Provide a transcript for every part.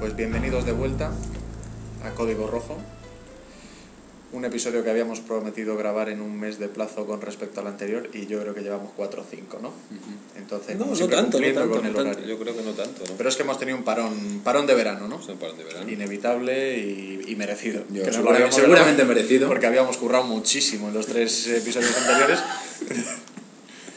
pues bienvenidos de vuelta a Código Rojo, un episodio que habíamos prometido grabar en un mes de plazo con respecto al anterior y yo creo que llevamos 4 o 5, ¿no? Entonces, Eh, No, como no siempre, tanto, no cumpliendo tanto, con no el tanto. horario. Yo creo que no tanto, ¿no? Pero es que hemos tenido un parón, parón de verano, ¿no? Es un par de verano. Inevitable y, y merecido. Yo, Que nos lo seguramente- habíamos seguramente grabado merecido. Porque habíamos currado muchísimo en los tres episodios anteriores.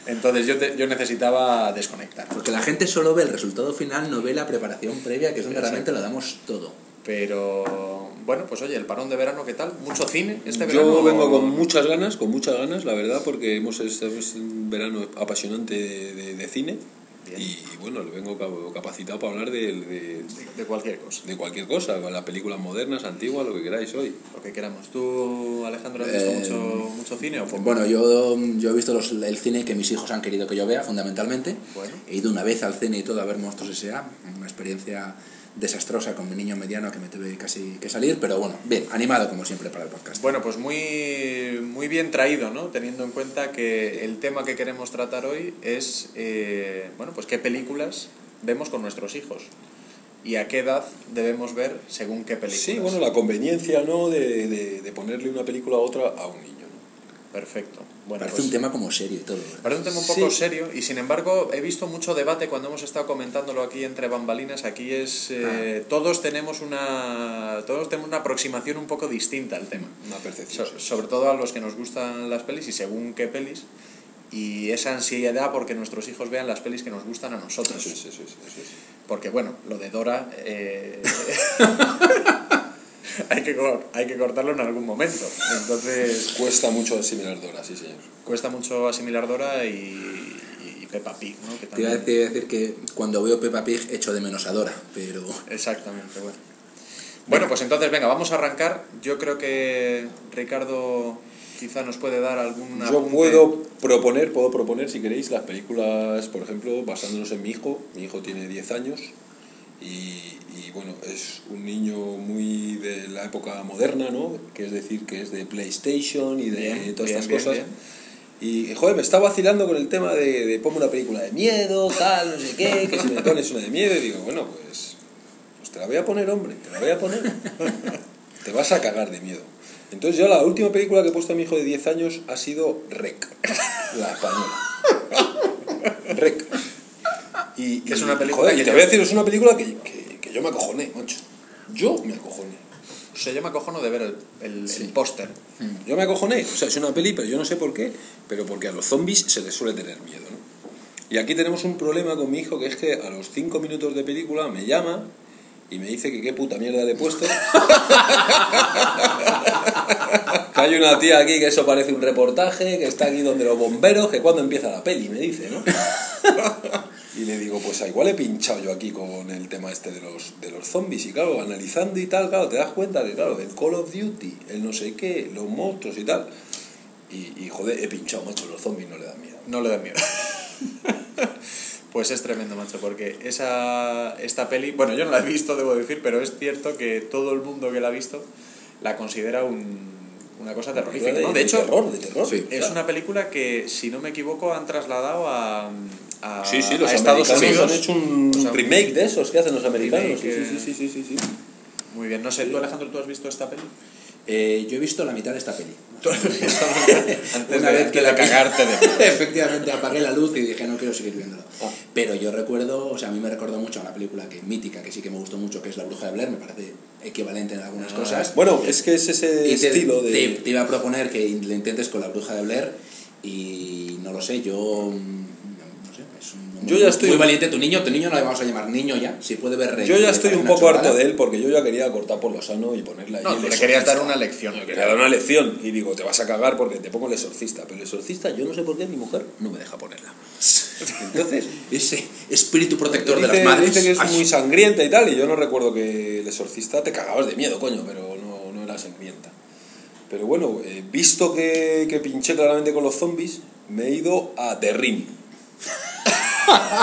Entonces yo, te- yo necesitaba desconectar. Porque la gente solo ve el resultado final, no ve la preparación previa, que es donde realmente lo damos todo. Pero bueno, pues oye, el parón de verano, ¿qué tal? ¿Mucho cine este verano? Yo vengo o- con muchas ganas, con muchas ganas, la verdad, porque hemos este es un verano apasionante de, de- de cine Bien. y bueno, le vengo cap- capacitado para hablar de, de- De cualquier cosa, de cualquier cosa, con las películas modernas, antiguas, lo que queráis hoy. lo que queramos. ¿Tú, Alejandro, has visto Eh, mucho, mucho cine o poco? Bueno, yo, yo he visto los- el cine que mis hijos han querido que yo vea, fundamentalmente. Bueno. He ido una vez al cine y todo a ver Monstruos S.A., una experiencia desastrosa con mi niño mediano que me tuve casi que salir, pero bueno, bien, animado como siempre para el podcast. Bueno, pues muy, muy bien traído, ¿no? Teniendo en cuenta que el tema que queremos tratar hoy es, eh, bueno, pues qué películas vemos con nuestros hijos y a qué edad debemos ver según qué películas. Sí, bueno, la conveniencia, ¿no?, de, de- de ponerle una película a otra a un niño, ¿no? Perfecto. Bueno, Parece pues- un tema como serio y todo. ¿eh? ¿verdad? Parece un tema un poco Sí. serio y sin embargo he visto mucho debate cuando hemos estado comentándolo aquí entre bambalinas. Aquí es eh, Ah. todos tenemos una todos tenemos una aproximación un poco distinta al tema. Una percepción. So- sobre todo a los que nos gustan las pelis y según qué pelis y esa ansiedad porque nuestros hijos vean las pelis que nos gustan a nosotros. Sí, sí, sí, sí, sí, sí. Porque bueno, lo de Dora eh, hay que cor- hay que cortarlo en algún momento. Entonces Cuesta mucho asimilar Dora, sí, señor. cuesta mucho asimilar Dora y, y Peppa Pig, ¿no? Que Te iba a también- decir, decir que cuando veo Peppa Pig echo de menos a Dora, pero Exactamente, bueno. Bueno, pues entonces, venga, vamos a arrancar. Yo creo que Ricardo quizá nos puede dar algún Yo apunte. puedo proponer, puedo proponer, si queréis, las películas, por ejemplo, basándonos en mi hijo. Mi hijo tiene 10 años y, y, bueno, es un niño muy de la época moderna, ¿no? Que es decir, que es de PlayStation y de Bien, todas bien, estas bien, cosas. bien. Y, eh, joder, me está vacilando con el tema de, de ponme una película de miedo, tal, no sé qué, que si me pones una de miedo, y digo, bueno, pues, pues te la voy a poner, hombre, te la voy a poner. te vas a cagar de miedo. Entonces yo la última película que he puesto a mi hijo de 10 años ha sido Rec, la española. Rec. Y, Que es y, una película joder, y que te yo- voy a decir, es una película que, que, que yo me acojoné, macho. Yo me acojoné. Se llama cojono de ver el, el- Sí. el póster. Yo me acojoné, o sea, es una peli, pero yo no sé por qué, pero porque a los zombies se les suele tener miedo, ¿no? Y aquí tenemos un problema con mi hijo, que es que a los cinco minutos de película me llama y me dice que qué puta mierda le he puesto. que hay una tía aquí que eso parece un reportaje, que está aquí donde los bomberos, que cuando empieza la peli, me dice, ¿no? Y le digo, pues ah, igual he pinchado yo aquí con el tema este de los, de los zombies. Y claro, analizando y tal, claro, te das cuenta que, claro, el Call of Duty, el no sé qué, los monstruos y tal. Y, y, joder, he pinchado, macho, los zombies no le dan miedo. No le da miedo. pues es tremendo, macho, porque esa, esta peli, bueno, yo no la he visto, debo decir, pero es cierto que todo el mundo que la ha visto la considera un- una cosa terrorífica. ¿no? De hecho, terror, de terror. Sí. Es una película que, si no me equivoco, han trasladado a, a- Sí, sí, los a Estados americanos Unidos. han hecho un O sea, remake de esos que hacen los americanos. Sí, remake, sí, sí, sí, sí, sí, sí. Muy bien, no sé, tú Alejandro, ¿tú has visto esta peli? eh, yo he visto la mitad de esta peli. Antes Una de, vez que de la cagarte de... Efectivamente, apagué la luz y dije, no quiero seguir viéndolo. Ah. Pero yo recuerdo, o sea, a mí me recordó mucho a una película que mítica, que sí que me gustó mucho, que es La Bruja de Blair, me parece equivalente en algunas cosas. Ah, Bueno, es que es ese Y te, estilo de... te- te iba a proponer que in- lo intentes con La Bruja de Blair y no lo sé, yo... mm, no sé, es un- Yo ya estoy- Muy valiente tu niño, tu niño no le vamos a llamar niño ya, si puede ver... Yo ya estoy un poco harto de él él porque yo ya quería cortar por lo sano y ponerla ahí No, el tú le querías dar exorcista. una lección. Le quería dar una lección y digo, te vas a cagar porque te pongo el exorcista. Pero el exorcista, yo no sé por qué mi mujer no me deja ponerla. Entonces, Ese espíritu protector de dice, las madres. dice que es Ay, muy sangrienta y tal. Y yo no recuerdo que el exorcista te cagabas de miedo, coño, pero no, no era sangrienta. Pero bueno, eh, visto que, que pinché claramente con los zombies, me he ido a The Ring.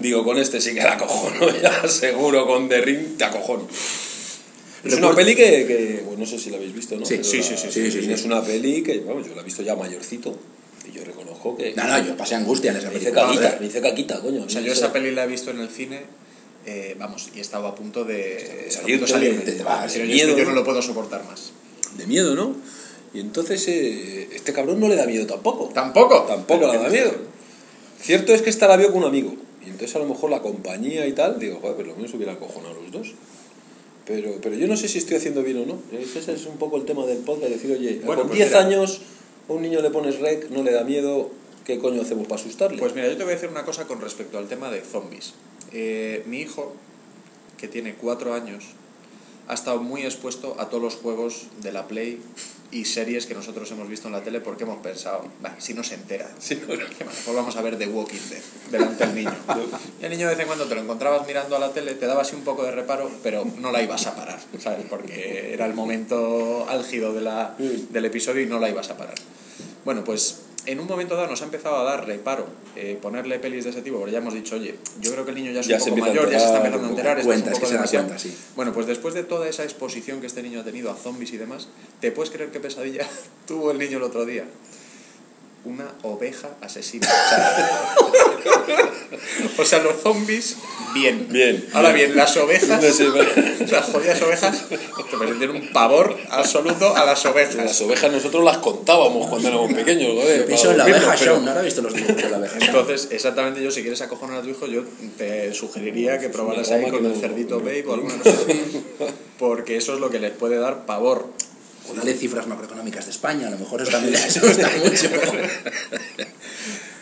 Digo, con este sí que la acojono, ya seguro, con The Ring te acojono. Es una Recuerdo- peli que, que, bueno, no sé si la habéis visto, ¿no? Sí, Pero sí, la- sí, sí, sí, sí, sí. Es una peli que, vamos, yo la he visto ya mayorcito y yo reconozco que... No, no, yo pasé angustia en esa me hice película. caquita, me hice caquita, coño. O sea, no yo sé. esa peli la he visto en el cine eh, vamos, y estaba a punto de, pues Salirte, a punto de te- te salirme. vas, Pero el yo, esto miedo, yo ¿no? no lo puedo soportar más. de miedo, ¿no? Y entonces eh, este cabrón no le da miedo tampoco. Tampoco. Tampoco Pero le da tienes- miedo. Cierto es que esta la vio con un amigo. Y entonces a lo mejor la compañía y tal, digo, joder, pero lo menos hubiera acojonado los dos. Pero, pero yo no sé si estoy haciendo bien o no. Ese es un poco el tema del podcast, decir, oye, Bueno, con pues 10 mira. años a un niño le pones rec, no le da miedo, ¿qué coño hacemos para asustarle? Pues mira, yo te voy a decir una cosa con respecto al tema de zombies. Eh, mi hijo, que tiene cuatro años, ha estado muy expuesto a todos los juegos de la Play y series que nosotros hemos visto en la tele porque hemos pensado, "Bah, si no se entera, Sí, bueno. que mejor vamos a ver The Walking Dead delante del niño. Y el niño de vez en cuando te lo encontrabas mirando a la tele, te dabas un poco de reparo, pero no la ibas a parar, ¿sabes? Porque era el momento álgido de la, del episodio y no la ibas a parar. Bueno, pues en un momento dado nos ha empezado a dar reparo eh, ponerle pelis de ese tipo, porque ya hemos dicho, oye, yo creo que el niño ya es Ya un se poco empieza a mayor, ya se está enterar, empezando a un poco enterar, esto es cuenta, es un poco que se da demasiado". cuenta, sí. Bueno, pues después de toda esa exposición que este niño ha tenido a zombies y demás, ¿te puedes creer qué pesadilla tuvo el niño el otro día? Una oveja asesina. O sea, o sea, los zombies, bien. Bien. Ahora bien, las ovejas. No sé, pero- Las jodidas ovejas te parecen un pavor absoluto a las Las ovejas. ovejas nosotros las contábamos cuando éramos pequeños, joder, para Yo pienso en la dormirnos, abeja pero- Shaun, ahora he visto los dibujos de la abeja Shaun. Entonces, exactamente yo, si quieres acojonar a tu hijo, yo te sugeriría que probaras rama ahí con que el no- cerdito no- babe o alguna cosa así, porque eso es lo que les puede dar pavor. O dale cifras macroeconómicas de España, a lo mejor eso también les asusta mucho.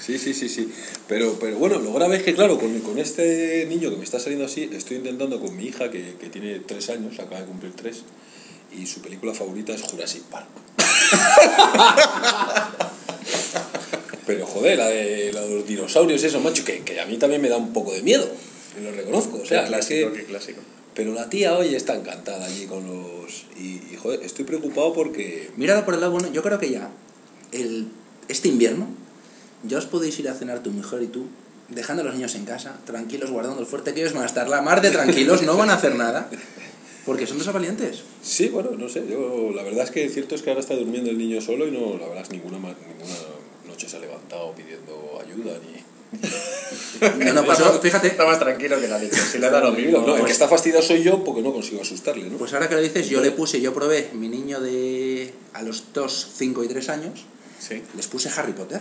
Sí, sí, sí, sí. Pero, pero bueno, lo grave es que, claro, con, con este niño que me está saliendo así, estoy intentando con mi hija, que, que tiene tres años, acaba de cumplir tres, y su película favorita es Jurassic Park. pero joder, la de, la de los dinosaurios, eso, macho, que, que a mí también me da un poco de miedo. y Lo reconozco, o sea, Qué es clásico, que- qué clásico. Pero la tía hoy está encantada allí con los... Y, y, joder, estoy preocupado porque... Mirado por el lado bueno, yo creo que ya el, este invierno ya os podéis ir a cenar tu mujer y tú, dejando a los niños en casa, tranquilos, guardando el fuerte, que ellos van a estar la mar de tranquilos, no van a hacer nada, porque son dos valientes. Sí, bueno, no sé, yo la verdad es que cierto es que ahora está durmiendo el niño solo y no, la verdad es que ninguna, ma- ninguna noche se ha levantado pidiendo ayuda ni... No, no, pues, no, fíjate, Está más tranquilo que la leche. Si le da lo mismo. No, el que pues, está fastidiado soy yo porque no consigo asustarle, ¿no? Pues ahora que lo dices, yo le puse, yo probé, mi niño de a los 2, 5 y 3 años, Sí, les puse Harry Potter.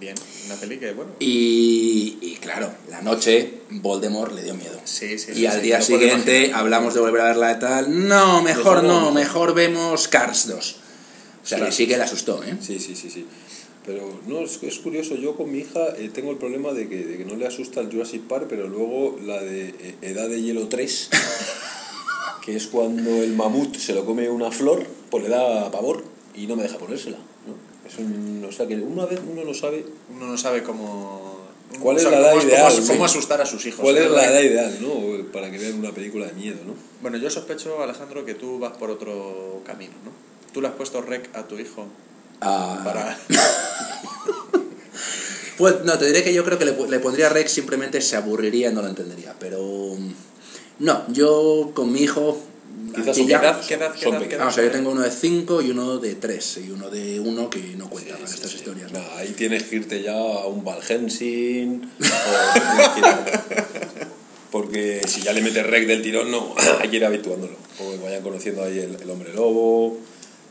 bien. Una peli que, bueno. Y, y claro, la noche Voldemort le dio miedo. Sí, sí, sí, Y al sí, día lo puedo siguiente imaginar. hablamos de volver a verla y tal. No, mejor Mejor no, no. mejor vemos Cars 2. O sea, Claro. que sí que le asustó, ¿eh? Sí, sí, sí, sí. Pero no, es, es curioso, yo con mi hija eh, tengo el problema de que, de que no le asusta el Jurassic Park, pero luego la de eh, Edad de Hielo 3, que es cuando el mamut se lo come una flor, pues le da pavor y no me deja ponérsela. ¿no? Es un- o sea que una vez uno no sabe Uno no sabe cómo. ¿Cuál o es sea, la edad cómo, cómo ideal, as- sí? cómo asustar a sus hijos. ¿Cuál es la ¿verdad? edad ideal, no? Para que vean una película de miedo, ¿no? Bueno, yo sospecho, Alejandro, que tú vas por otro camino, ¿no? Tú le has puesto rec a tu hijo Ah, para. Pues no, te diré que yo creo que le, pu- le pondría Rex, simplemente se aburriría y no lo entendería. Pero. mm, No, yo con mi hijo. Quizás aquí un ya- edad, Ah, qué edad, son qué edad, pequeños. qué edad? Vamos a ver, yo tengo uno de 5 y uno de 3 y uno de 1 que no cuenta Ah, para estas historias. ¿no? Nah, ahí tienes que irte ya a un Valhensin. o tienes que ir a- Porque si ya le metes rec del tirón, no, hay que ir habituándolo. Porque vayan conociendo ahí el, el hombre lobo.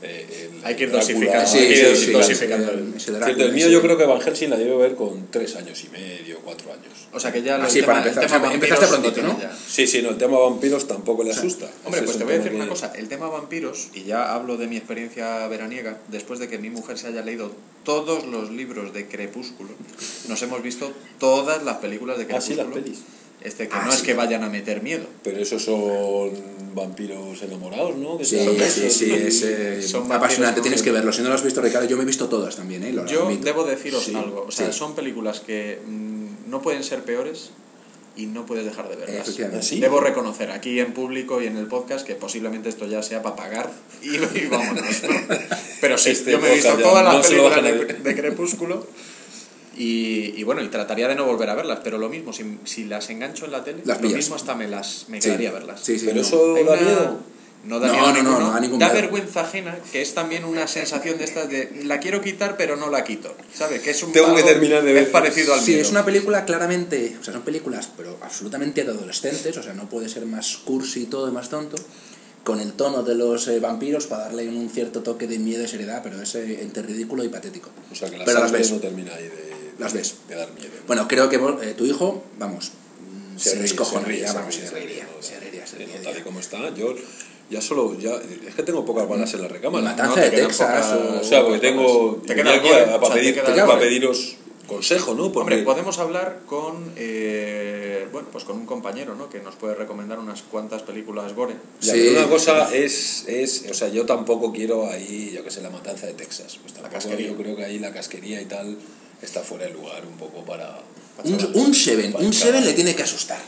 eh, el- Hay que ir Drácula, dosificando, hay que ir sí, sí, dosificando. dosificando. ese- ese Drácula, Cierto, el mío ese- yo creo que Van Helsing la debe ver con tres años y medio, cuatro años. O sea, que ya. lo- Ah, el sí, para tema- el empezar. tema O sea, empezaste vampiros prontito, tiene ¿no? ya. Sí, sí, no, el tema vampiros tampoco le asusta. Hombre, Ese pues es te un voy a tema decir una que- cosa. El tema vampiros, y ya hablo de mi experiencia veraniega, después de que mi mujer se haya leído todos los libros de Crepúsculo, nos hemos visto todas las películas de Ah, sí, Crepúsculo. las pelis. Este, que Ah, no es sí. que vayan a meter miedo. Pero esos son vampiros enamorados, ¿no? Que se Sí, dan sí, besos sí, y- es eh, Son vampiros, apasionante, ¿no? tienes que verlo. Si no lo has visto, Ricardo, yo me he visto todas también, ¿eh? Lo Yo admito. debo deciros Sí, algo. O sea, sí. son películas que mm, no pueden ser peores y no puedes dejar de verlas. Eh, Efectivamente. ¿Ah, sí? Debo reconocer aquí en público y en el podcast que posiblemente esto ya sea para pagar y, y vámonos. Pero sí, Este yo me he visto podcast ya todas las no se lo películas baja de, nadie. de Crepúsculo y, y bueno, y trataría de no volver a verlas, pero lo mismo, si, si las engancho en la tele, Las lo pillas. mismo hasta me las me Sí. quedaría verlas. Sí, sí, Pero no. eso Hay da una- miedo. No daría No, no, no, ninguno. no da ningún da miedo. vergüenza ajena, que es también una sensación de estas de la quiero quitar pero no la quito. ¿Sabes? Que es un Tengo que algo- terminar de es ver. parecido al Sí, miedo. es una película claramente, o sea, son películas, pero absolutamente adolescentes, o sea, no puede ser más cursi y todo y más tonto, con el tono de los eh, vampiros para darle un cierto toque de miedo y seriedad, pero es eh, entre ridículo y patético. O sea que la Pero las sangre ves. no termina ahí de, Las ves. de dar miedo. ¿no? Bueno, creo que vos- eh, tu hijo, vamos, mm, se, ríe, descojonaría, se vamos, ríe, se se ríe, reiría, ¿no? se reiría, se Eh, reiría. Tal y como está, yo ya solo. Ya, es que tengo pocas balas en la recámara. ¿no? Matanza de Te quedan Texas pocas- o- O sea, porque tengo. Te venía queda aquí algo, ¿eh? a- O sea, para te pedir- queda tengo algo, para ¿eh? pediros consejo, ¿no? Porque- Hombre, podemos hablar con eh, bueno, pues con un compañero, ¿no? Que nos puede recomendar unas cuantas películas gore. Ya, Sí. pero una cosa es, es, o sea, yo tampoco quiero ahí, yo que sé, la matanza de Texas. Pues tampoco, casquería. Yo creo que ahí la casquería y tal está fuera de lugar un poco para... para Un, chavales. un Seven, Para un Seven chavales. le tiene que asustar.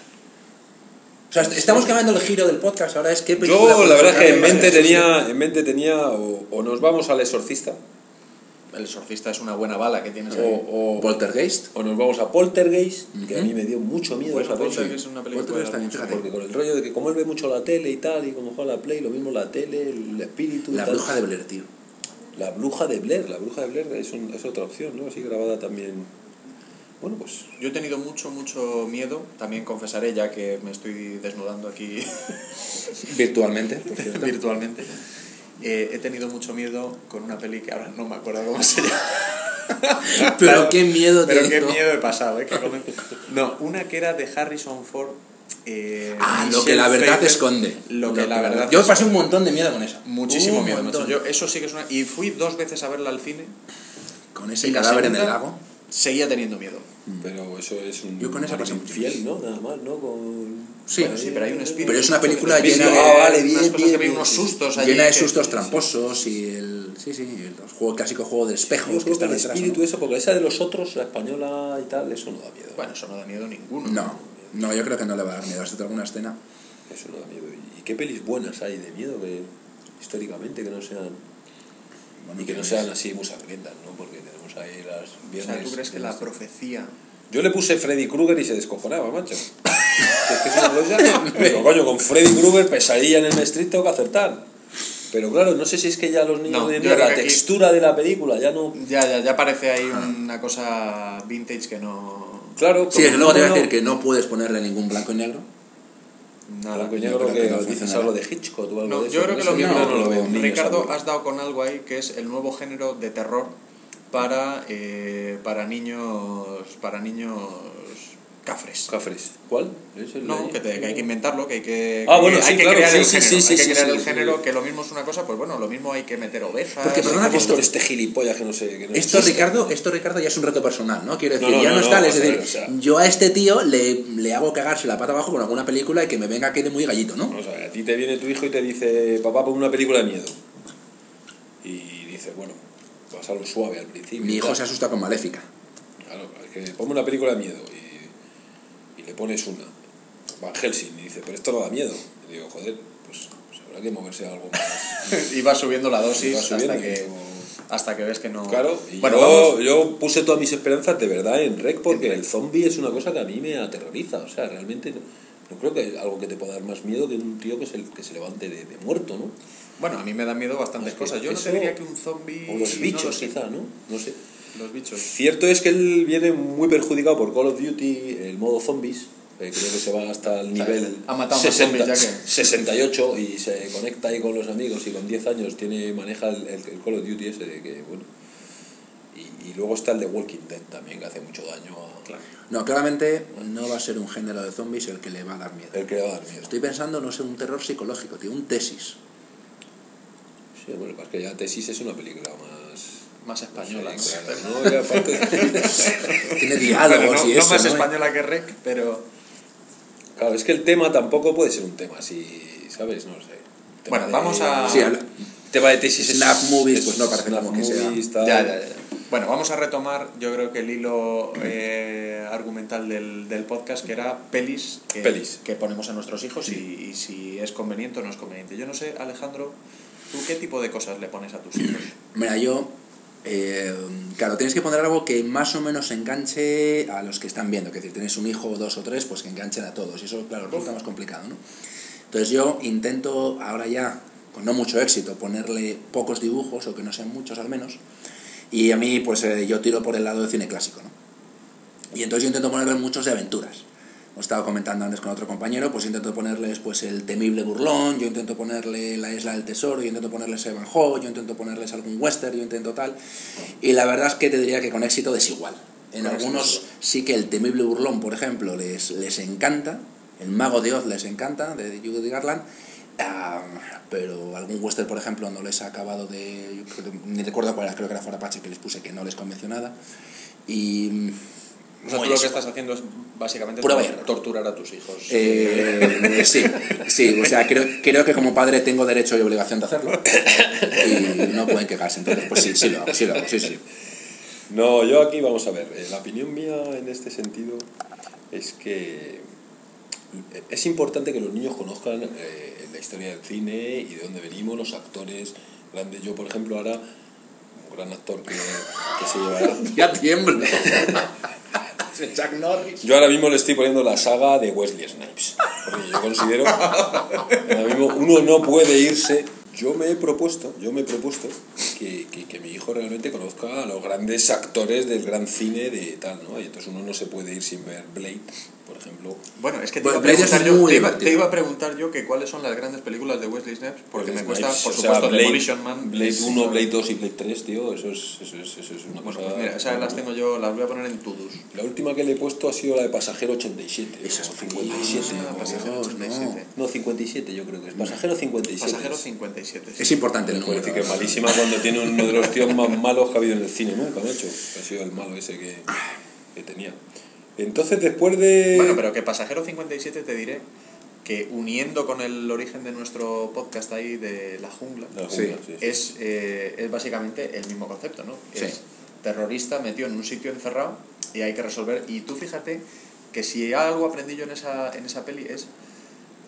O sea, est- estamos cambiando el giro del podcast, ahora es que... Yo la verdad es que en mente Sí, sí. tenía, en mente tenía o, o nos vamos al exorcista El exorcista es una buena bala que tienes ahí. o, o, Poltergeist. o nos vamos a Poltergeist, que a Ujú. mí me dio mucho miedo Bueno, esa peli. Poltergeist es una película Poltergeist también, fíjate. Porque con el rollo de que como él ve mucho la tele y tal, y como juega la Play, lo mismo la tele, el espíritu... y La tal. bruja de Blair, tío. La bruja de Blair, la bruja de Blair es, un- es otra opción, ¿no? Así grabada también. Bueno, pues. Yo he tenido mucho, mucho miedo. También confesaré, ya que me estoy desnudando aquí Virtualmente, por cierto. virtualmente. eh, he tenido mucho miedo con una peli que ahora no me acuerdo cómo se llama. Pero qué miedo Pero qué tengo. miedo he pasado, ¿eh? Que comen- No, una que era de Harrison Ford. eh, Ah, lo Michelle que la verdad Pfeiffer, esconde. Lo que la verdad Yo pasé un montón de miedo con esa. Muchísimo Un miedo, macho. montón. Yo- eso sí que es una. Y fui dos veces a verla al cine. Con ese y la cadáver en el segunda- lago. Seguía teniendo miedo. Pero eso es un. Mm. Yo con esa pasé alguien mucho fiel, ¿no? Nada más, ¿no? Con. Sí. Bueno, sí, pero hay un espíritu. Pero es una película espíritu, llena de- unas Ah, vale, bien, cosas que bien, ven, bien, unos sí. sustos allí Llena de que- sustos sí, tramposos y el. Sí, sí, el juego, clásico juego del espejo. Yo que creo que está el detrás, ¿no? espíritu, eso, porque esa de los otros, la española y tal, eso no da miedo. sí. Bueno, eso no da miedo ninguno. No, no, yo creo que no le va a dar miedo. ¿Has visto alguna escena? Eso no da miedo. ¿Y qué pelis buenas hay de miedo que históricamente que no sean. Bueno, Y que no pues, sean así muy sangrientas, ¿no? Porque tenemos ahí las O viernes. sea, ¿tú crees que la profecía Yo le puse Freddy Krueger y se descojonaba, macho. es que es una cosa. Digo, coño, con Freddy Krueger, pesadilla en el Main Street, tengo que acertar. Pero claro, no sé si es que ya los niños No, de hoy en yo día, creo la que aquí- textura de la película ya no. Ya, ya, ya parece ahí una cosa vintage que no. Claro, Sí, como que luego te voy a no, decir no. que no puedes ponerle ningún blanco y negro. Nada. Blanco y yo negro creo que, que no dices funcionará. algo de Hitchcock o algo No, de eso, yo creo que lo eso mismo. yo no lo veo en niños Ricardo, aún. has dado con algo ahí que es el nuevo género de terror para, eh, para niños. para niños. cafres. Cafres. ¿Cuál? Es el No, de- que, te- que hay que inventarlo, que hay que, Ah, que bueno, hay sí, que claro, crear sí, el sí, género, sí, hay sí, que crear sí, el sí, género, sí. que lo mismo es una cosa, pues bueno, lo mismo hay que meter ovejas. Porque, perdona, hay Vamos que- esto- con este gilipollas que no sé. Que no Esto, existe. Ricardo, esto, Ricardo, ya es un reto personal, ¿no? Quiero decir, No, no, ya no, no, no, está. vamos es a decir, ver, o sea- yo a este tío le, le hago cagarse la pata abajo con alguna película y que me venga aquí de muy gallito, ¿no? Vamos a ver, a ti te viene tu hijo y te dice, papá, pon una película de miedo. Y dices, bueno, pasarlo suave al principio. Mi y hijo tal. se asusta con Maléfica. Claro, es que ponme una película de miedo y, y le pones una. Van Helsing y dice, pero esto no da miedo. Y digo, joder, pues, pues habrá que moverse a algo más. y va subiendo la dosis Va subiendo, hasta, que, como- hasta que ves que no. Claro, y bueno, yo, vamos. yo puse todas mis esperanzas de verdad en Rec porque el zombie es una cosa que a mí me aterroriza. O sea, realmente no, no creo que hay algo que te pueda dar más miedo que un tío que se, que se levante de, de muerto, ¿no? Bueno, a mí me dan miedo bastantes Es que cosas. Yo eso- no te diría que un zombie. O los no lo bichos, sé. quizá, ¿no? No sé. Los bichos. Cierto es que él viene muy perjudicado por Call of Duty, el modo zombies. eh, creo que se va hasta el nivel ha matado más zombies ya que- 68 y se conecta ahí con los amigos y con 10 años tiene maneja el, el- el Call of Duty ese de que, bueno. Y, y luego está el de Walking Dead también, que hace mucho daño a... No, claramente no va a ser un género de zombies el que le va a dar miedo. El que le va a dar miedo. Estoy pensando, no sé, un terror psicológico, tío, un tesis. Sí, bueno, lo que pasa es que ya Tesis es una película más... Más española. ¿no? Sí, claro, ¿no? Y aparte- Tiene Pero diálogos no, y no eso. más ¿no? española que Rec, pero. claro, es que el tema tampoco puede ser un tema así, ¿sabes? No sé. Tema Bueno, vamos a- Sí, habla- tema de tesis es- Snap movies, es pues no, parece snap como que sea. movies, Ya, tal. ya, ya. Bueno, vamos a retomar, yo creo que el hilo eh, argumental del, del podcast, que era pelis que, Pelis. que ponemos a nuestros hijos y- y, si es conveniente o no es conveniente. Yo no sé, Alejandro, ¿tú qué tipo de cosas le pones a tus hijos? Mira, yo. eh, claro, tienes que poner algo que más o menos enganche a los que están viendo. Que decir, tienes un hijo, dos o tres, pues que enganchen a todos. Y eso, claro, resulta más complicado, ¿no? Entonces yo intento ahora ya, con no mucho éxito, ponerle pocos dibujos o que no sean muchos al menos. Y a mí, pues eh, yo tiro por el lado de cine clásico, ¿no? Y entonces yo intento ponerle muchos de aventuras. Lo estaba comentando antes con otro compañero, pues intento ponerles pues el temible burlón, yo intento ponerle la isla del tesoro, yo intento ponerles Evan Howe, yo intento ponerles algún western, yo intento tal. Y la verdad es que te diría que con éxito desigual. En Con éxito algunos desigual. sí que el temible burlón, por ejemplo, les, les encanta. El mago de Oz les encanta, de Judy Garland. Ah, pero algún western, por ejemplo, no les ha acabado de... yo creo- ni recuerdo cuál era, creo que era Forapache que les puse que no les convenció nada. Y... O sea, muy tú lo que desigual. estás haciendo es básicamente Prueba tor- y error. torturar a tus hijos. Eh, sí, sí, o sea, creo, creo que como padre tengo derecho y obligación de hacerlo. Y no pueden quejarse, entonces, pues sí, sí lo hago, sí lo hago, sí, sí. No, yo aquí vamos a ver. eh, La opinión mía en este sentido es que eh, es importante que los niños conozcan eh, la historia del cine y de dónde venimos, los actores grandes. Yo, por ejemplo, ahora, un gran actor que, que se llevará. Ya tiemblo. Chuck Norris. Yo ahora mismo le estoy poniendo la saga de Wesley Snipes. Porque yo considero. Ahora mismo uno no puede irse. Yo me he propuesto, yo me he propuesto que, que- que mi hijo realmente conozca a los grandes actores del gran cine de tal, ¿no? Y entonces uno no se puede ir sin ver Blade, por ejemplo. Bueno, es que te, Bueno, iba, a Blade es preguntar yo, muy te, iba, divertido. te iba a preguntar yo que cuáles son las grandes películas de Wesley Snipes, porque Wesley me cuesta, Snipes, por o sea, supuesto, Blade- Demolition Man. Blade es- 1, Blade 2 y Blade 3, tío, eso es, eso es, eso es una Bueno, cosa. pues mira, esas las tengo yo, las voy a poner en Tudus. La última que le he puesto ha sido la de Pasajero 87. Esa es o 57. Ah, o- Pasajero Dios, 87. No, 57 yo creo que es. Pasajero 57. Pasajero 57. sí. Es importante el Puedo número. decir que es malísima cuando tiene uno de los tíos más malos que ha habido en el cine nunca, macho. Ha sido el malo ese que, que tenía. Entonces, después de. Bueno, pero que Pasajero 57 te diré que uniendo con el origen de nuestro podcast ahí de la jungla, La jungla, Sí. sí, sí. es, eh, es básicamente el mismo concepto, ¿no? Sí. Es terrorista metido en un sitio encerrado y hay que resolver. Y tú fíjate que si algo aprendí yo en esa, en esa peli es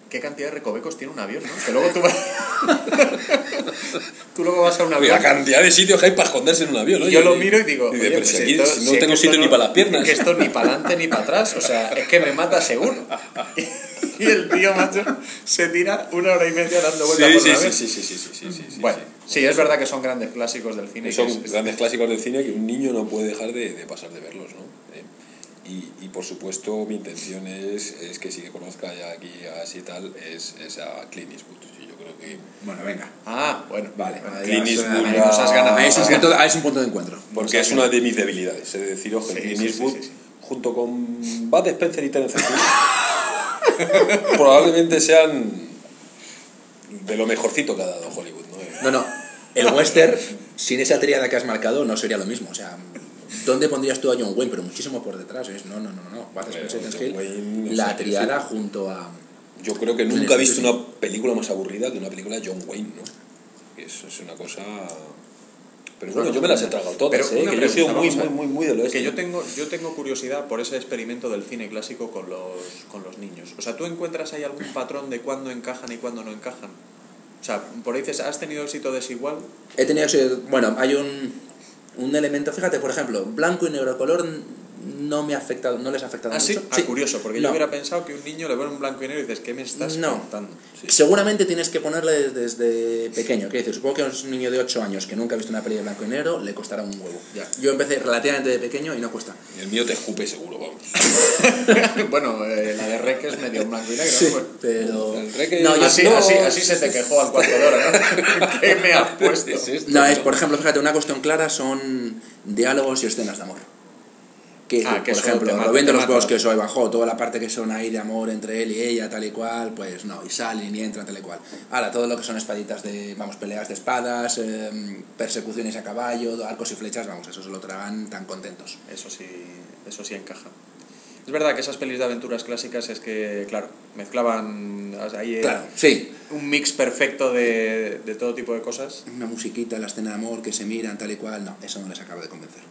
qué cantidad de recovecos tiene un avión, ¿no? Que luego tú vas, tú luego vas a un avión. La cantidad de sitios que hay para esconderse en un avión, Y oye. yo lo miro y digo, Dice, "Oye, pero pues si aquí esto- si no si es que tengo esto sitio ni no- para las piernas. Que esto ni para adelante ni para atrás, o sea, es que me mata seguro. Y el tío macho se tira una hora y media dando vueltas Sí, por sí, la sí, vez. sí, sí, sí, sí, sí, sí, sí, bueno, sí. sí. es verdad que son grandes clásicos del cine. Que y son que es- es- grandes clásicos del cine que un niño no puede dejar de, de pasar de verlos, ¿no? Eh, y, y, por supuesto mi intención es, es que si que conozca ya aquí así y tal es, es a Clint Eastwood. Y Yo creo que Bueno, venga. Ah, bueno, Vale. Bueno, ahí Clint vas, Eastwood, ahí ya- nos has ganado. Ahí es un punto- ahí es un punto de encuentro. Porque es una de mis debilidades, es decir, ojo, Sí, sí, Clint sí, Eastwood, sí, sí. junto con Bud Spencer y Terence Hill, probablemente sean de lo mejorcito que ha dado Hollywood, ¿no? No, no. El western, sin esa triada que has marcado, no sería lo mismo. O sea, ¿dónde pondrías tú a John Wayne? Pero muchísimo por detrás. ¿ves? No, no, no, no. Bud Spencer, John Terence Hill, Wayne, no la sé, triada junto a... Yo creo que Sí, nunca he sí, visto sí. una película más aburrida que una película de John Wayne, ¿no? Que Eso es una cosa... Pero bueno, yo me las he tragado todas, Pero ¿eh? una Que yo he sido pregunta, muy, vamos a muy, ver. muy, muy de lo este. Que yo tengo, yo tengo curiosidad por ese experimento del cine clásico con los, con los niños. O sea, ¿tú encuentras ahí algún patrón de cuándo encajan y cuándo no encajan? O sea, por ahí dices, ¿has tenido éxito desigual? He tenido ese- Bueno, hay un, un elemento... Fíjate, por ejemplo, blanco y negro color no me ha afectado, no les ha afectado Ah, sí, mucho. Ah, curioso, porque yo No. hubiera pensado que un niño le pone un blanco y negro y dices, ¿qué me estás No. contando? Sí. Seguramente tienes que ponerle desde pequeño. Quiero decir, supongo que a un niño de 8 años que nunca ha visto una peli de blanco y negro le costará un huevo. Ya. Yo empecé relativamente de pequeño y no cuesta. El mío te escupe seguro, vamos. bueno, eh, la de Rec es medio blanco y negro. bueno. Pero. El reggae- No, yo así, no- así, así se te quejó al cuarto de hora, ¿no? ¿Qué me has puesto? Es esto, No, es, ¿no? por ejemplo, fíjate, una cuestión clara son diálogos y escenas de amor. Que, Ah, que por eso ejemplo, te mata, Rubén de te los mata. Bosques o bajó toda la parte que son ahí de amor entre él y ella, tal y cual, pues no, y salen y entran, tal y cual. Ahora, todo lo que son espaditas de, vamos, peleas de espadas, eh, persecuciones a caballo, arcos y flechas, vamos, eso se lo tragan tan contentos. Eso sí, eso sí encaja. Es verdad que esas pelis de aventuras clásicas es que, claro, mezclaban ahí eh, Claro, sí. un mix perfecto de, de todo tipo de cosas. Una musiquita, la escena de amor, que se miran, tal y cual, no, eso no les acaba de convencer.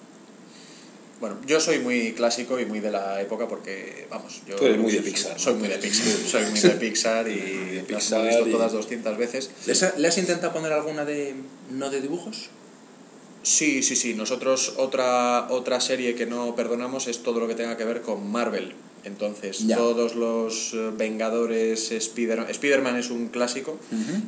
Bueno, yo soy muy clásico y muy de la época porque, vamos, yo Tú eres muy de soy- Pixar, ¿no? Soy muy de Pixar, soy muy de Pixar y De las he Pixar visto y- todas 200 veces. ¿Les ha- ¿Le has intentado poner alguna de no de dibujos? Sí, sí, sí. Nosotros otra, otra serie que no perdonamos es todo lo que tenga que ver con Marvel. Entonces, Ya. todos los eh, Vengadores, Spider- Spider-Man es un clásico,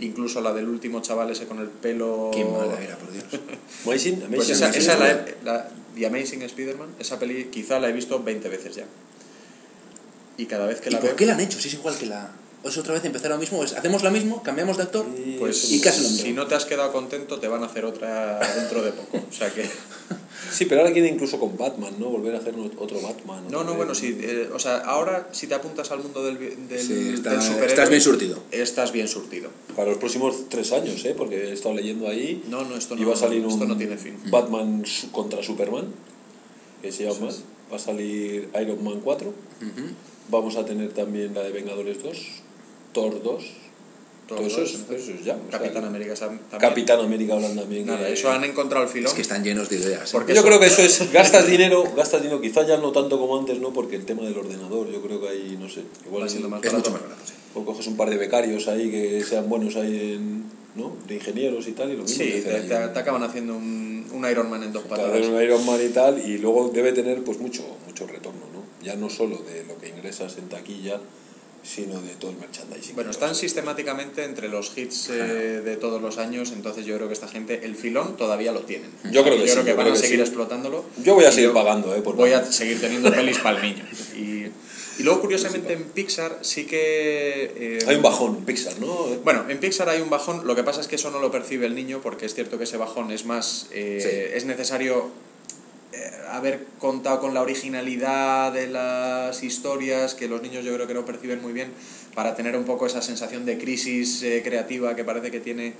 incluso la del último chaval ese con el pelo... Qué mala era, por Dios. Amazing, Amazing. Pues esa, Amazing. esa la, he- la- The Amazing Spider-Man, esa peli quizá la he visto 20 veces ya. Y cada vez que ¿Y la por veo, qué la han hecho? Si es igual que la... ¿O es otra vez empezar lo mismo? ¿Es hacemos lo mismo, cambiamos de actor? pues ¿Y qué hace el hombre? si no te has quedado contento te van a hacer otra dentro de poco. O sea que Sí, pero ahora quiere incluso con Batman, ¿no? Volver a hacer un- otro Batman. no, no, Volver- bueno, si eh, o sea, ahora si te apuntas al mundo del, vi- del, Sí, está- del superhéroe, estás bien surtido. Estás bien surtido. Para los próximos tres años, ¿eh? Porque he estado leyendo ahí. No, no, esto y no, va a salir un esto no tiene fin. Batman su- contra Superman, que se llama. Va a salir Iron Man 4. Vamos a tener también la de Vengadores 2, Thor 2. Todo, Todos, Pues eso, es, eso es ya. o sea, Capitán América sam- también. Capitán América hablan también. Nada, que- eso han encontrado el filón. Es que están llenos de ideas. ¿eh? Porque- Yo eso- creo que eso es, gastas dinero, gastas dinero, quizás ya no tanto como antes, ¿no? Porque el tema del ordenador, yo creo que ahí, no sé, Va igual siendo más Es barato. mucho más barato, sí. O pues coges un par de becarios ahí que sean buenos ahí en, ¿no? De ingenieros y tal, y lo mismo. Sí, que hacer te, ahí te- un- te acaban haciendo un, un Iron Man en dos para patadas. hacer un Iron Man y tal, y luego debe tener pues mucho, mucho retorno, ¿no? Ya no solo de lo que ingresas en taquilla, sino de todo el merchandising. Bueno, que están haces. sistemáticamente entre los hits eh, de todos los años, entonces yo creo que esta gente, el filón todavía lo tienen. Yo creo que sí, yo van creo a que seguir sí. explotándolo. Yo voy a y seguir yo pagando, ¿eh? Por Voy a verlo. seguir teniendo pelis para el niño. Y, y luego, curiosamente, en Pixar sí que... eh, Hay un bajón, Pixar, ¿no? Bueno, en Pixar hay un bajón, lo que pasa es que eso no lo percibe el niño porque es cierto que ese bajón es más... eh, Sí. Es necesario eh, haber contado con la originalidad de las historias que los niños yo creo que no perciben muy bien para tener un poco esa sensación de crisis eh, creativa que parece que tiene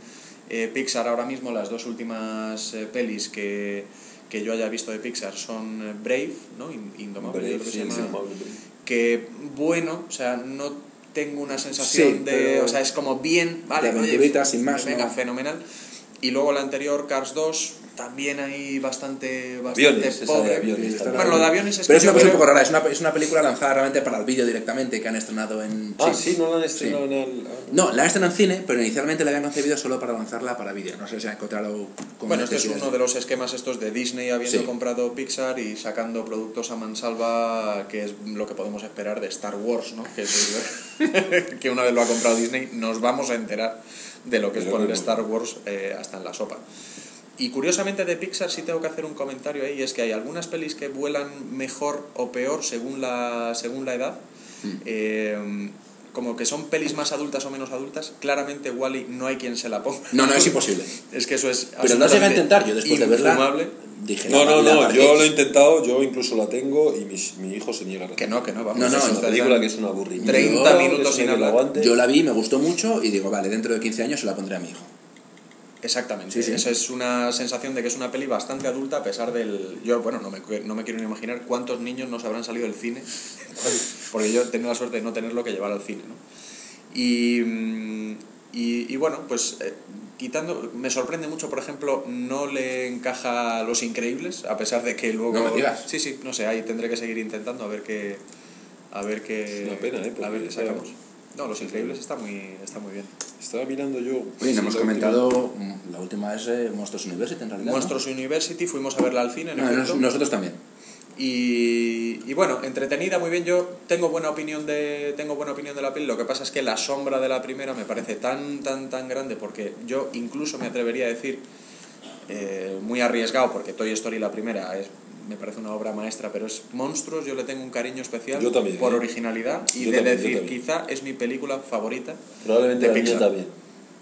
eh, Pixar ahora mismo. Las dos últimas eh, pelis que, que yo haya visto de Pixar son eh, Brave, ¿no? In- Indomable, yo Brave, creo que sí, se llama Indomable. que bueno, o sea, no tengo una sensación Sí, de, pero- o sea, es como bien, vale, De oye, aventurita, sin más, venga, ¿no? fenomenal. Y luego la anterior Cars 2 también hay bastante bastante Aviones, esa de pobre. aviones Sí, también. Bueno, lo de aviones es Pero es que yo una cosa un creo- poco rara, es una, es una película lanzada realmente para el vídeo directamente que han estrenado en... Ah, sí, no lo han estrenado en el... ah, No, la han estrenado en cine, pero inicialmente la habían concebido solo para lanzarla para vídeo. No sé si han encontrado como Bueno, este es necesidad. uno de los esquemas estos de Disney habiendo Sí. comprado Pixar y sacando productos a mansalva, que es lo que podemos esperar de Star Wars, ¿no? Que, es- que una vez lo ha comprado Disney nos vamos a enterar de lo que es Pero poner bueno. Star Wars eh, hasta en la sopa. Y curiosamente de Pixar sí tengo que hacer un comentario ahí, es que hay algunas pelis que vuelan mejor o peor según la, según la edad. Eh, como que son pelis más adultas o menos adultas, claramente Wally no hay quien se la ponga. No, no, es imposible. Es que eso es. Pero no llegué a absolutamente intentar yo después de verla. infumable. Dije, No, la- no, la no, aparté. yo lo he intentado, yo incluso la tengo y mi, mi hijo se niega a Que no, que no, vamos. No, eso no, Es una está- película que es un aburrimiento. 30 que minutos es una sin que no hablar. aguante. Yo la vi, me gustó mucho y digo, vale, dentro de 15 años se la pondré a mi hijo. Exactamente. Sí, sí. Esa es una sensación de que es una peli bastante adulta, a pesar del. Yo, bueno, no me, cu- no me quiero ni imaginar cuántos niños nos habrán salido del cine, porque yo he tenido la suerte de no tenerlo que llevar al cine, ¿no? Y, mm, y, y bueno, pues eh, quitando. Me sorprende mucho, por ejemplo, no le encaja a Los Increíbles, a pesar de que luego. No me digas. Sí, sí, no sé, ahí tendré que seguir intentando a ver qué. A ver qué. Es una pena, ¿eh? A ver Porque, qué sacamos. claro. No, Los Increíbles está muy, está muy bien. Estaba mirando yo. pues, Oye, no hemos la última- comentado, mm, la última es eh, Monstruos University en realidad. ¿no? Monstruos University, fuimos a verla al cine, en No, efecto. Ah, nos- nosotros también. Y, y bueno, entretenida, muy bien. Yo tengo buena opinión de tengo buena opinión de la peli. Lo que pasa es que la sombra de la primera me parece tan tan tan grande porque yo incluso me atrevería a decir eh, muy arriesgado porque Toy Story la primera es me parece una obra maestra, pero es monstruos. Yo le tengo un cariño especial Yo también, por ¿eh? originalidad y Yo de también, yo decir también. quizá es mi película favorita. Probablemente de la mía Pixar. también.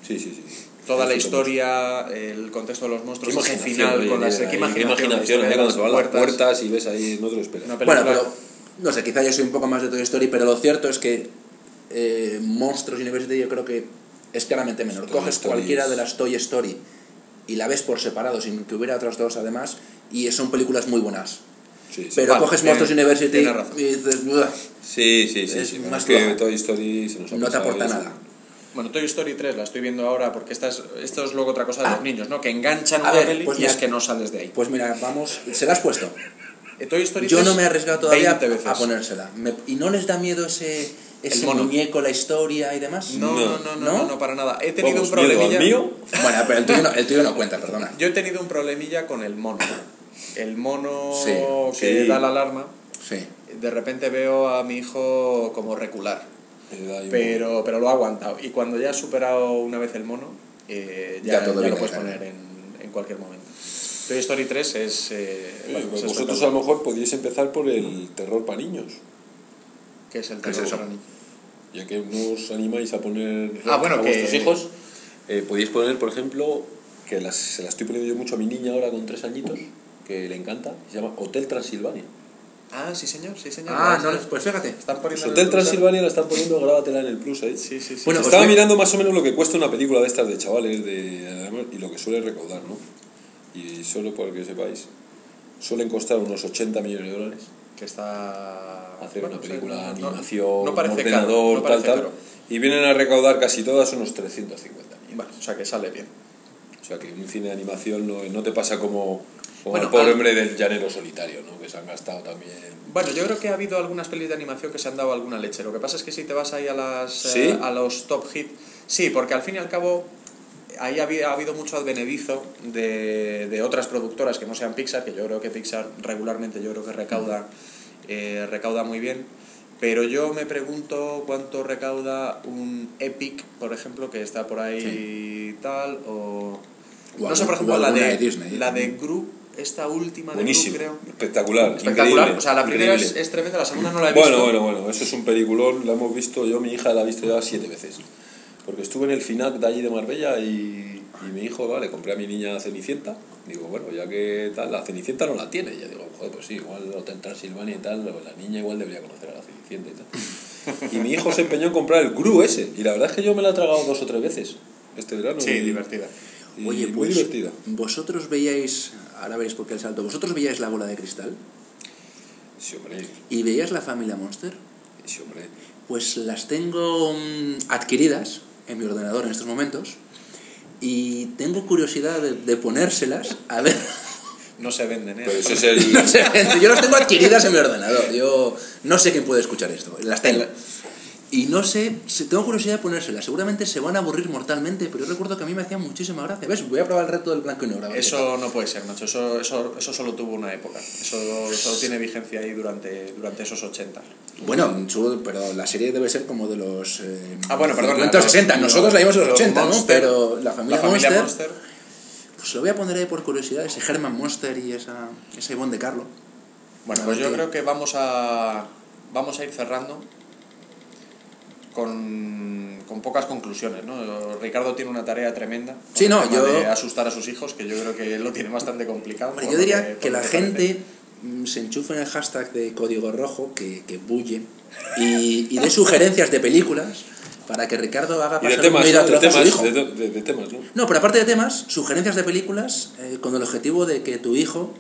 Sí, sí, sí. Toda la Sí, sí, historia, el contexto de los Qué monstruos, ese imaginación, final oye, con las ahí, qué qué imaginación, la imaginación, historia ahí de cuando se van las puertas. puertas y ves ahí, no te lo esperas. Una Bueno, película- pero no sé, quizá yo soy un poco más de Toy Story, pero lo cierto es que eh, Monstruos University yo creo que es claramente menor. Toy Coges Story cualquiera es- de las Toy Story y la ves por separado, sin que hubiera otras dos además, y son películas muy buenas. Sí, sí. Pero vale, coges tiene- Monstruos University tiene razón. y dices, "Buah, sí, sí, sí. es sí, más bueno, es floja. que Toy Story se nos ha no te pasado aporta y es- nada. Bueno, Toy Story 3 la estoy viendo ahora porque esta es, esto es luego otra cosa de Ah. los niños, ¿no? Que enganchan A una ver, peli pues y mira. es que no sales de ahí. Pues mira, vamos, se la has puesto. Eh, Toy Story Yo 3, no me he arriesgado todavía 20 veces. a ponérsela. Me- ¿Y no les da miedo ese, ese mono. muñeco, la historia y demás? No, no, no, no, no, ¿No? no, para nada. He tenido Vamos, un miedo al problemilla. mío. Bueno, pero el tuyo no, el tuyo no cuenta, perdona. Yo he tenido un problemilla con el mono. El mono Sí, que sí. da la alarma. Sí. de repente veo a mi hijo como recular, Eh, pero, pero lo ha aguantado. Y cuando ya ha superado una vez el mono, eh, ya, Ya ya, todo viene lo puedes claro. poner en, en cualquier momento. Toy Story 3 es... eh, pues bueno, es vosotros a espectacular. lo mejor podríais empezar por el Mm. terror para niños, ¿Qué es el ¿Qué es terror eso? para niños? ya que no os animáis a poner Ah, bueno, a que- vuestros hijos. eh, podéis poner, por ejemplo, que las, se la estoy poniendo yo mucho a mi niña ahora con tres añitos, que le encanta, se llama Hotel Transilvania. Ah, sí señor, sí señor. Ah, Ah, no, sí. pues fíjate. Están Pues poniendo en el Hotel pulsar. Transilvania la están poniendo, grábatela en el plus ahí. Sí, sí, sí. Bueno, Sí, os Estaba voy a- mirando más o menos lo que cuesta una película de estas de chavales de, y lo que suele recaudar, ¿no? Y solo para que sepáis, suelen costar unos 80 millones de dólares que está... hacer bueno, una sí, película, no- no- animación, no parece caro, ordenador, no tal, parece tal. caro. Y vienen a recaudar casi todas unos 350 millones. Vale, o sea que sale bien. O sea que un cine de animación no, no te pasa como, como Bueno, al pobre al- hombre del llanero solitario, ¿no? Que se han gastado también Bueno, yo creo que ha habido algunas pelis de animación que se han dado alguna leche. Lo que pasa es que si te vas ahí a, las, ¿Sí? eh, a los top hit, sí, porque al fin y al cabo ahí había, ha habido mucho advenedizo de, de otras productoras que no sean Pixar, que yo creo que Pixar regularmente yo creo que recauda, eh, recauda muy bien. Pero yo me pregunto cuánto recauda un Epic, por ejemplo, que está por ahí tal, o... O no sé, por alguna- ejemplo, o la alguna de, de Disney, la ¿eh? de Group, esta última de Group, buenísimo, creo. espectacular, Espectacular. increíble, o sea, la primera es, increíble. es tremenda, la segunda no la he bueno, visto. bueno, bueno, eso es un peliculón, la hemos visto, yo mi hija la ha visto ya siete veces. Porque estuve en el FINAC de allí de Marbella y, y mi hijo, vale, compré a mi niña Cenicienta. Digo, bueno, ya que tal, la Cenicienta no la tiene. Ya digo, joder, pues sí, igual Hotel Transilvania y tal, la niña igual debería conocer a la Cenicienta y tal. Y mi hijo se empeñó en comprar el Gru ese. Y la verdad es que yo me la he tragado dos o tres veces este verano. Sí, y- divertida. y Oye, pues, muy divertida. vosotros veíais, ahora veréis por qué el salto, vosotros veíais la bola de cristal Sí, hombre, y veíais la familia Monster, sí, hombre. pues las tengo mm, adquiridas en mi ordenador en estos momentos y tengo curiosidad de, de ponérselas a ver. No se venden, ¿eh? Pues Pero ese es el... No sé, yo las tengo adquiridas en mi ordenador, yo no sé quién puede escuchar esto, las tengo. Y no sé, si- tengo curiosidad de ponérselas, seguramente se van a aburrir mortalmente, pero yo recuerdo que a mí me hacía muchísima gracia. ¿Ves? Voy a probar el reto del blanco y negro. a ver qué tal. Eso no puede ser, macho. Eso, eso, eso solo tuvo una época. Eso solo tiene vigencia ahí durante, durante esos 80. Bueno, su- pero la serie debe ser como de los. eh, Ah, bueno, perdón, 50 o la- los- 60. Nosotros la vimos en los los 80, ¿no? Monster. Pero la familia, la familia Monster, Monster. Pues lo voy a poner ahí por curiosidad, ese Herman Monster y esa, esa Ivonne de Carlo. Bueno, A pues ver yo qué- creo que vamos a, vamos a ir cerrando con, con pocas conclusiones, ¿no? Ricardo tiene una tarea tremenda. con Sí, el no, tema yo- De asustar a sus hijos, que yo creo que lo tiene bastante complicado. Hombre, por yo lo diría eh, por que lo la parece. gente mm, se enchufe en el hashtag de código rojo que, que bulle y, y dé sugerencias de películas para que Ricardo haga Y de pasar un temas, oído ¿no? de atroz a su temas, hijo. de, de- de temas, ¿no? No, pero aparte de temas, sugerencias de películas eh, con el objetivo de que tu hijo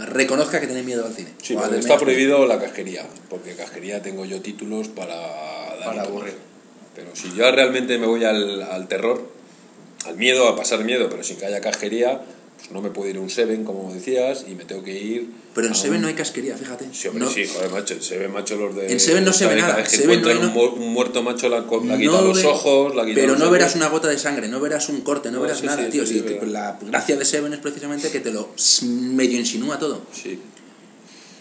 eh, reconozca que tiene miedo al cine. Sí, O al porque menos- está prohibido la casquería, porque casquería tengo yo títulos para dar y Para tomar. aburrir. Pero si yo realmente me voy al, al terror, al miedo, a pasar miedo, pero sin que haya casquería, pues no me puedo ir a un Seven, como decías, y me tengo que ir. Pero en a Seven un- no hay casquería, fíjate. Ah. Sí, hombre, No- sí, joder, macho, en Seven, macho, los de... En Seven no se ve cada nada, vez que en Seven no encuentran hay un, mu- un muerto macho, la, co- la No quitan los ve- ojos, la quitan Pero los no ojos. verás una gota de sangre, no verás un corte, no No, verás sí, nada, sí, tío. sí, sí, sí, te- verdad. la gracia de Seven es precisamente que te lo s- medio insinúa todo. Sí.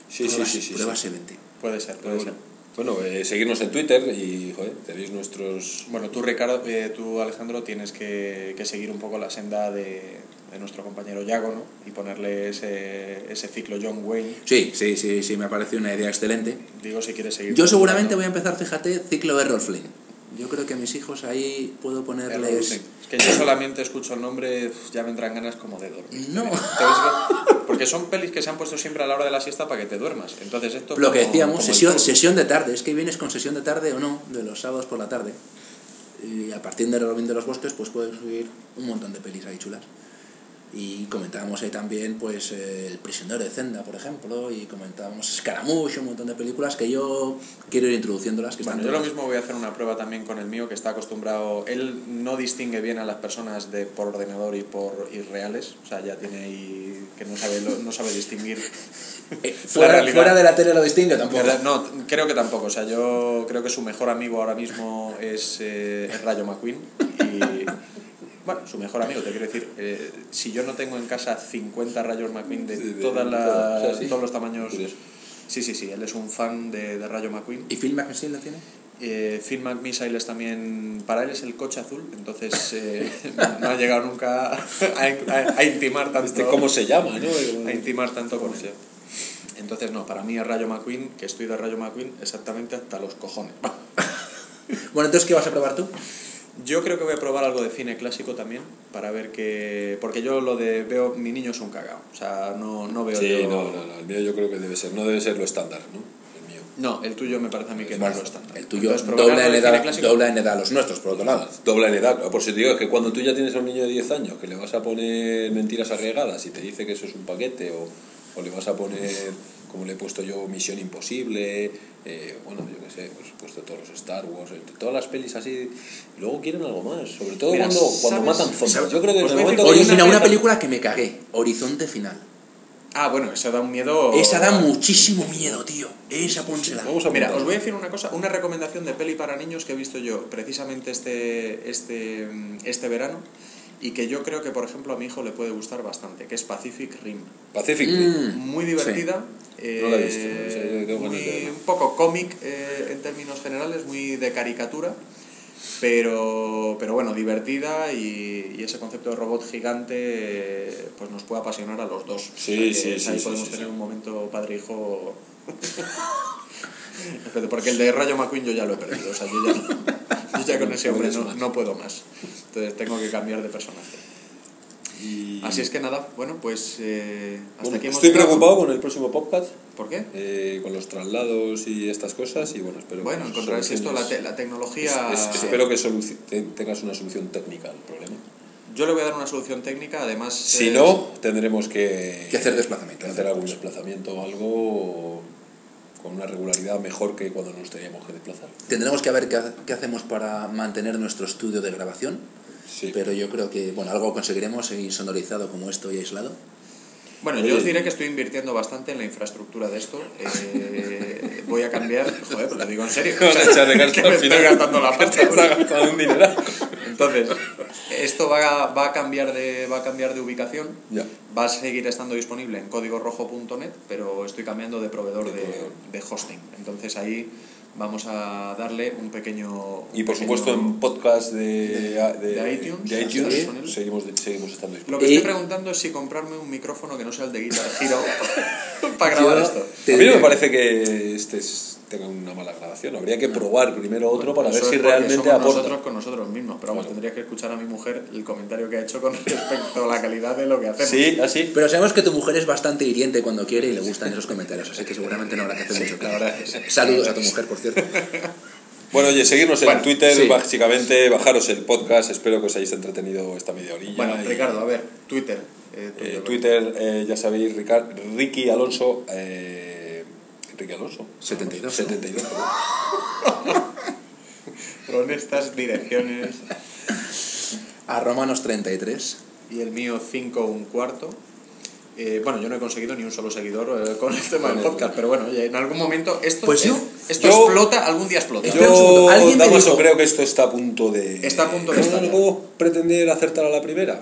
Sí, sí, Pruebas- sí, sí, sí. pruebas Seven, tío. Puede ser, puede Pero ser. bueno, Bueno, eh, seguirnos en Twitter y, joder, tenéis nuestros... Bueno, tú, Ricardo, eh, tú, Alejandro, tienes que, que seguir un poco la senda de, de nuestro compañero Yago, ¿no? Y ponerle ese, ese ciclo John Wayne. Sí, sí, sí, sí, me parece una idea excelente. Digo, si quieres seguir. Yo seguramente voy a empezar, fíjate, ciclo Errol Flynn. Yo creo que a mis hijos ahí puedo Es ponerles... que yo solamente escucho el nombre, uf, ya me entran ganas como de dormir. No. Entonces, Porque son pelis que se han puesto siempre a la hora de la siesta para que te duermas. Entonces esto... es Lo que como- decíamos, como el sesión, turbo. sesión de tarde. Es que vienes con sesión de tarde o no, de los sábados por la tarde. Y a partir de Robin de los Bosques, pues puedes subir un montón de pelis ahí chulas. Y comentábamos ahí también, pues, eh, El prisionero de Zenda, por ejemplo, y comentábamos Scaramouche, un montón de películas que yo quiero ir introduciéndolas. Que Bueno, están yo lo todas- mismo voy a hacer una prueba también con el mío, que está acostumbrado. Él no distingue bien a las personas de por ordenador y por y reales. O sea, ya tiene ahí que no sabe, lo- no sabe distinguir. Eh, La fuera, realidad. fuera de la tele lo distingue tampoco. ¿Verdad? No, creo que tampoco. O sea, yo creo que su mejor amigo ahora mismo es, eh, es Rayo McQueen. Y, bueno, su mejor amigo, te quiero decir. eh, si yo no tengo en casa 50 Rayos McQueen de Sí, de- todas de las- todas, o sea, sí. todos los tamaños Curioso. Sí, sí, sí, él es un fan de, de Rayo McQueen. ¿Y Phil McMissile la tiene? Eh, Phil McMissile es también, para él es el coche azul, entonces eh, no ha llegado nunca a, a- a intimar tanto. Este, ¿Cómo se llama? ¿no? a intimar tanto con él. Entonces, no, para mí es Rayo McQueen, que estoy de Rayo McQueen exactamente hasta los cojones. Bueno, entonces, ¿qué vas a probar tú? Yo creo que voy a probar algo de cine clásico también, para ver que... Porque yo lo de veo, mi niño es un cagao, o sea, no, no veo Sí, yo... no, no, no, el mío yo creo que debe ser, no debe ser lo estándar, ¿no? El mío. No, el tuyo me parece a mí que no Bueno, es lo estándar. el tuyo Entonces, probar dobla algo en, de edad, cine clásico. dobla en edad a los nuestros, por otro lado. Dobla en edad, por si te digo, es que cuando tú ya tienes a un niño de 10 años que le vas a poner mentiras agregadas y te dice que eso es un paquete o, o le vas a poner, como le he puesto yo, Misión Imposible, eh, bueno, yo qué sé, pues he puesto todos los Star Wars, eh, todas las pelis así, y luego quieren algo más, sobre todo Mira, cuando, cuando ¿sabes? matan zombies. ¿Sabes? Yo creo que en Os el voy a decir momento una que... cosa. Original, una peli- película que me cagué, Horizonte Final. Ah, bueno, esa da un miedo... Esa da muchísimo miedo, tío. Esa pónsela. Vamos a Mira, apuntar. os voy Oh. a decir una cosa, una recomendación de peli para niños que he visto yo precisamente este, este, mm, este verano y que yo creo que, por ejemplo, a mi hijo le puede gustar bastante, que es Pacific Rim. Pacific Mm. Rim. Muy divertida, No la he visto, no sé, eh, tengo ganas de muy- verla. un poco cómic eh, en términos generales, muy de caricatura, pero, pero bueno, divertida y, y ese concepto de robot gigante eh, pues nos puede apasionar a los dos. Sí, O sea que sí, sí, Ahí sí, podemos sí, tener sí. un momento padre-hijo pero Porque el de Rayo McQueen yo ya lo he perdido. O sea, yo ya, yo ya con ese hombre no, no puedo más. Entonces tengo que cambiar de personaje. Y- Mm. Así es que nada, bueno, pues eh, hasta Bueno, aquí hemos estoy llegado. preocupado con el próximo podcast, ¿Por qué? eh, con los traslados y estas cosas, y bueno, espero Bueno, que nos encontraréis esto, la, soluciones. te- la tecnología... Es- es- espero que soluci- te- tengas una solución técnica al problema. Yo le voy a dar una solución técnica, además... Si eh, no, tendremos que, Que hacer desplazamiento. que hacer algún desplazamiento o algo con una regularidad mejor que cuando nos teníamos que desplazar. Tendremos que ver qué, ha- qué hacemos para mantener nuestro estudio de grabación. Sí. Pero yo creo que, bueno, algo conseguiremos y sonorizado como esto y aislado. Bueno, Oye. yo os diré que estoy invirtiendo bastante en la infraestructura de esto. eh, voy a cambiar... Joder, pues lo digo en serio. Van a echar de que gasto me al estoy final. gastando la pasta. Te has gastado un dineral. Entonces, esto va a, va a cambiar de, va a cambiar de ubicación. Ya. Va a seguir estando disponible en códigorrojo.net, pero estoy cambiando de proveedor De de, proveedor. de hosting. Entonces ahí vamos a darle un pequeño... un Y por pequeño- supuesto en podcast de, de, de iTunes, de ¿está iTunes, disponible? seguimos, seguimos estando disponibles. Lo que Y- estoy preguntando es si comprarme un micrófono que no sea el de Guitar Hero para grabar Yo esto. te a mí no diré- me parece que este es- tenga una mala grabación. Habría que probar primero otro para Eso ver es si porque realmente somos aporta. nosotros con nosotros mismos, pero vamos, Claro. tendrías que escuchar a mi mujer el comentario que ha hecho con respecto a la calidad de lo que hacemos. Sí, así. Pero sabemos que tu mujer es bastante hiriente cuando quiere y le gustan esos comentarios, así que seguramente no habrá que hacer mucho la caso. verdad es que Saludos a tu mujer, por cierto. Bueno, oye, seguirnos en Bueno, Twitter, sí. básicamente, bajaros el podcast. Espero que os hayáis entretenido esta media horilla. Bueno, Y, Ricardo, a ver, Twitter. eh, eh, Twitter. Twitter, eh, ya sabéis, Rica- Ricky Alonso. eh, Ricky Alonso. 72, 72. perdón. Con estas direcciones. A Romanos33. y el mío 5 un cuarto. Eh, bueno, yo no he conseguido ni un solo seguidor eh, con el tema del podcast, pero bueno, oye, en algún momento esto, Pues yo- esto yo- explota, algún día explota. Espera un segundo, Yo, alguien me Damaso, dijo- creo que esto está a punto de. Está a punto de ¿eh? No, estallar. No podemos pretender acertar a la primera.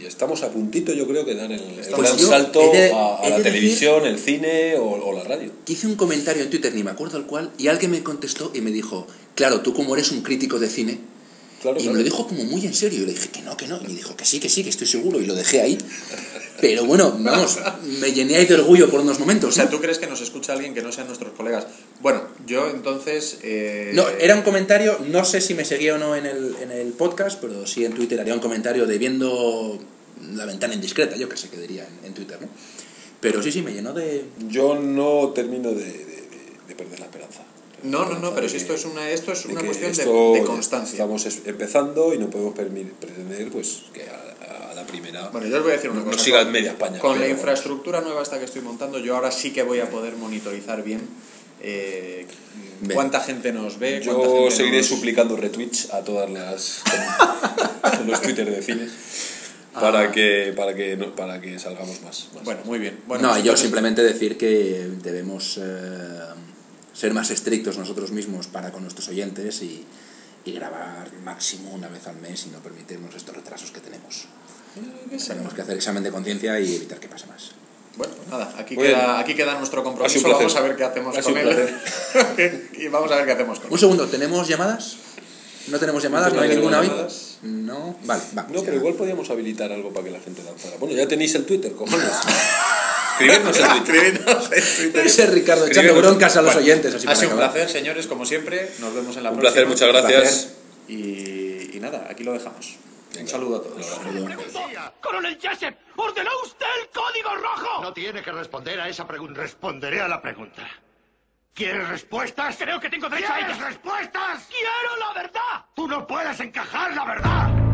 Y estamos a puntito, yo creo, que dan el, el Estamos- gran Pues yo salto he de- a, a he la de televisión, el cine o, o la radio. que hice un comentario en Twitter, ni me acuerdo el cual, y alguien me contestó y me dijo, claro, tú como eres un crítico de cine, Claro, y claro. me lo dijo como muy en serio, y le dije que no, que no, y me dijo que sí, que sí, que estoy seguro, y lo dejé ahí. Pero bueno, vamos, me llené ahí de orgullo por unos momentos. O sea, ¿tú crees que nos escucha alguien que no sean nuestros colegas? Bueno, yo entonces... eh, No, era un comentario, no sé si me seguía o no en el, en el podcast, pero sí en Twitter haría un comentario de viendo la ventana indiscreta, yo que sé que diría en, en Twitter, ¿no? Pero sí, sí, me llenó de... Yo no termino de, de- de- de perder la esperanza. No, no, no, pero si De- esto es una, esto es de una que cuestión de- esto de, ya constancia. Estamos es- empezando y no podemos permi- pretender pues, que a, a la primera. Bueno, yo os voy a decir una No cosa. siga con- en media España, Con la pero- infraestructura nueva esta que estoy montando, yo ahora sí que voy a poder monitorizar bien eh, Bien. cuánta gente nos ve. cuánta yo gente seguiré nos- suplicando retweets a todas las. a los Twitter de cine. Para, Ah. que, para, que, no- para que salgamos más. más. Bueno, muy bien. Bueno, no, pues yo entonces- simplemente decir que debemos eh, ser más estrictos nosotros mismos para con nuestros oyentes y, y grabar máximo una vez al mes y no permitirnos estos retrasos que tenemos. Tenemos que hacer examen de conciencia y evitar que pase más. Bueno, Nada, aquí, Bueno. queda, aquí queda nuestro Ha compromiso. sido un placer. Vamos a ver qué hacemos Ha sido con un él. y vamos a ver qué hacemos con él. Un segundo, ¿tenemos llamadas? ¿No tenemos llamadas? ¿No hay tenemos ninguna hoy? llamadas. No. Vale, va. No, ya. pero igual podíamos habilitar algo para que la gente lanzara. Bueno, ya tenéis el Twitter, cojones. Escribidnos en Twitter. Escribidnos en Twitter. Ese Ricardo echando Escribimos. broncas a los Bueno, oyentes. Así Ha para sido un acabar. placer, señores, como siempre. Nos vemos en la Un próxima. placer, muchas gracias. Y, y nada, aquí lo dejamos. Un Venga. saludo a todos. ¡Pregunto! ¡Coronel Jessup! ¡Ordenó usted el código rojo! No tiene que responder a esa pregunta. Responderé a la pregunta. ¿Quieres respuestas? Creo que tengo derecho a ellas. respuestas? ¡Quiero la verdad! ¡Tú no puedes encajar la verdad!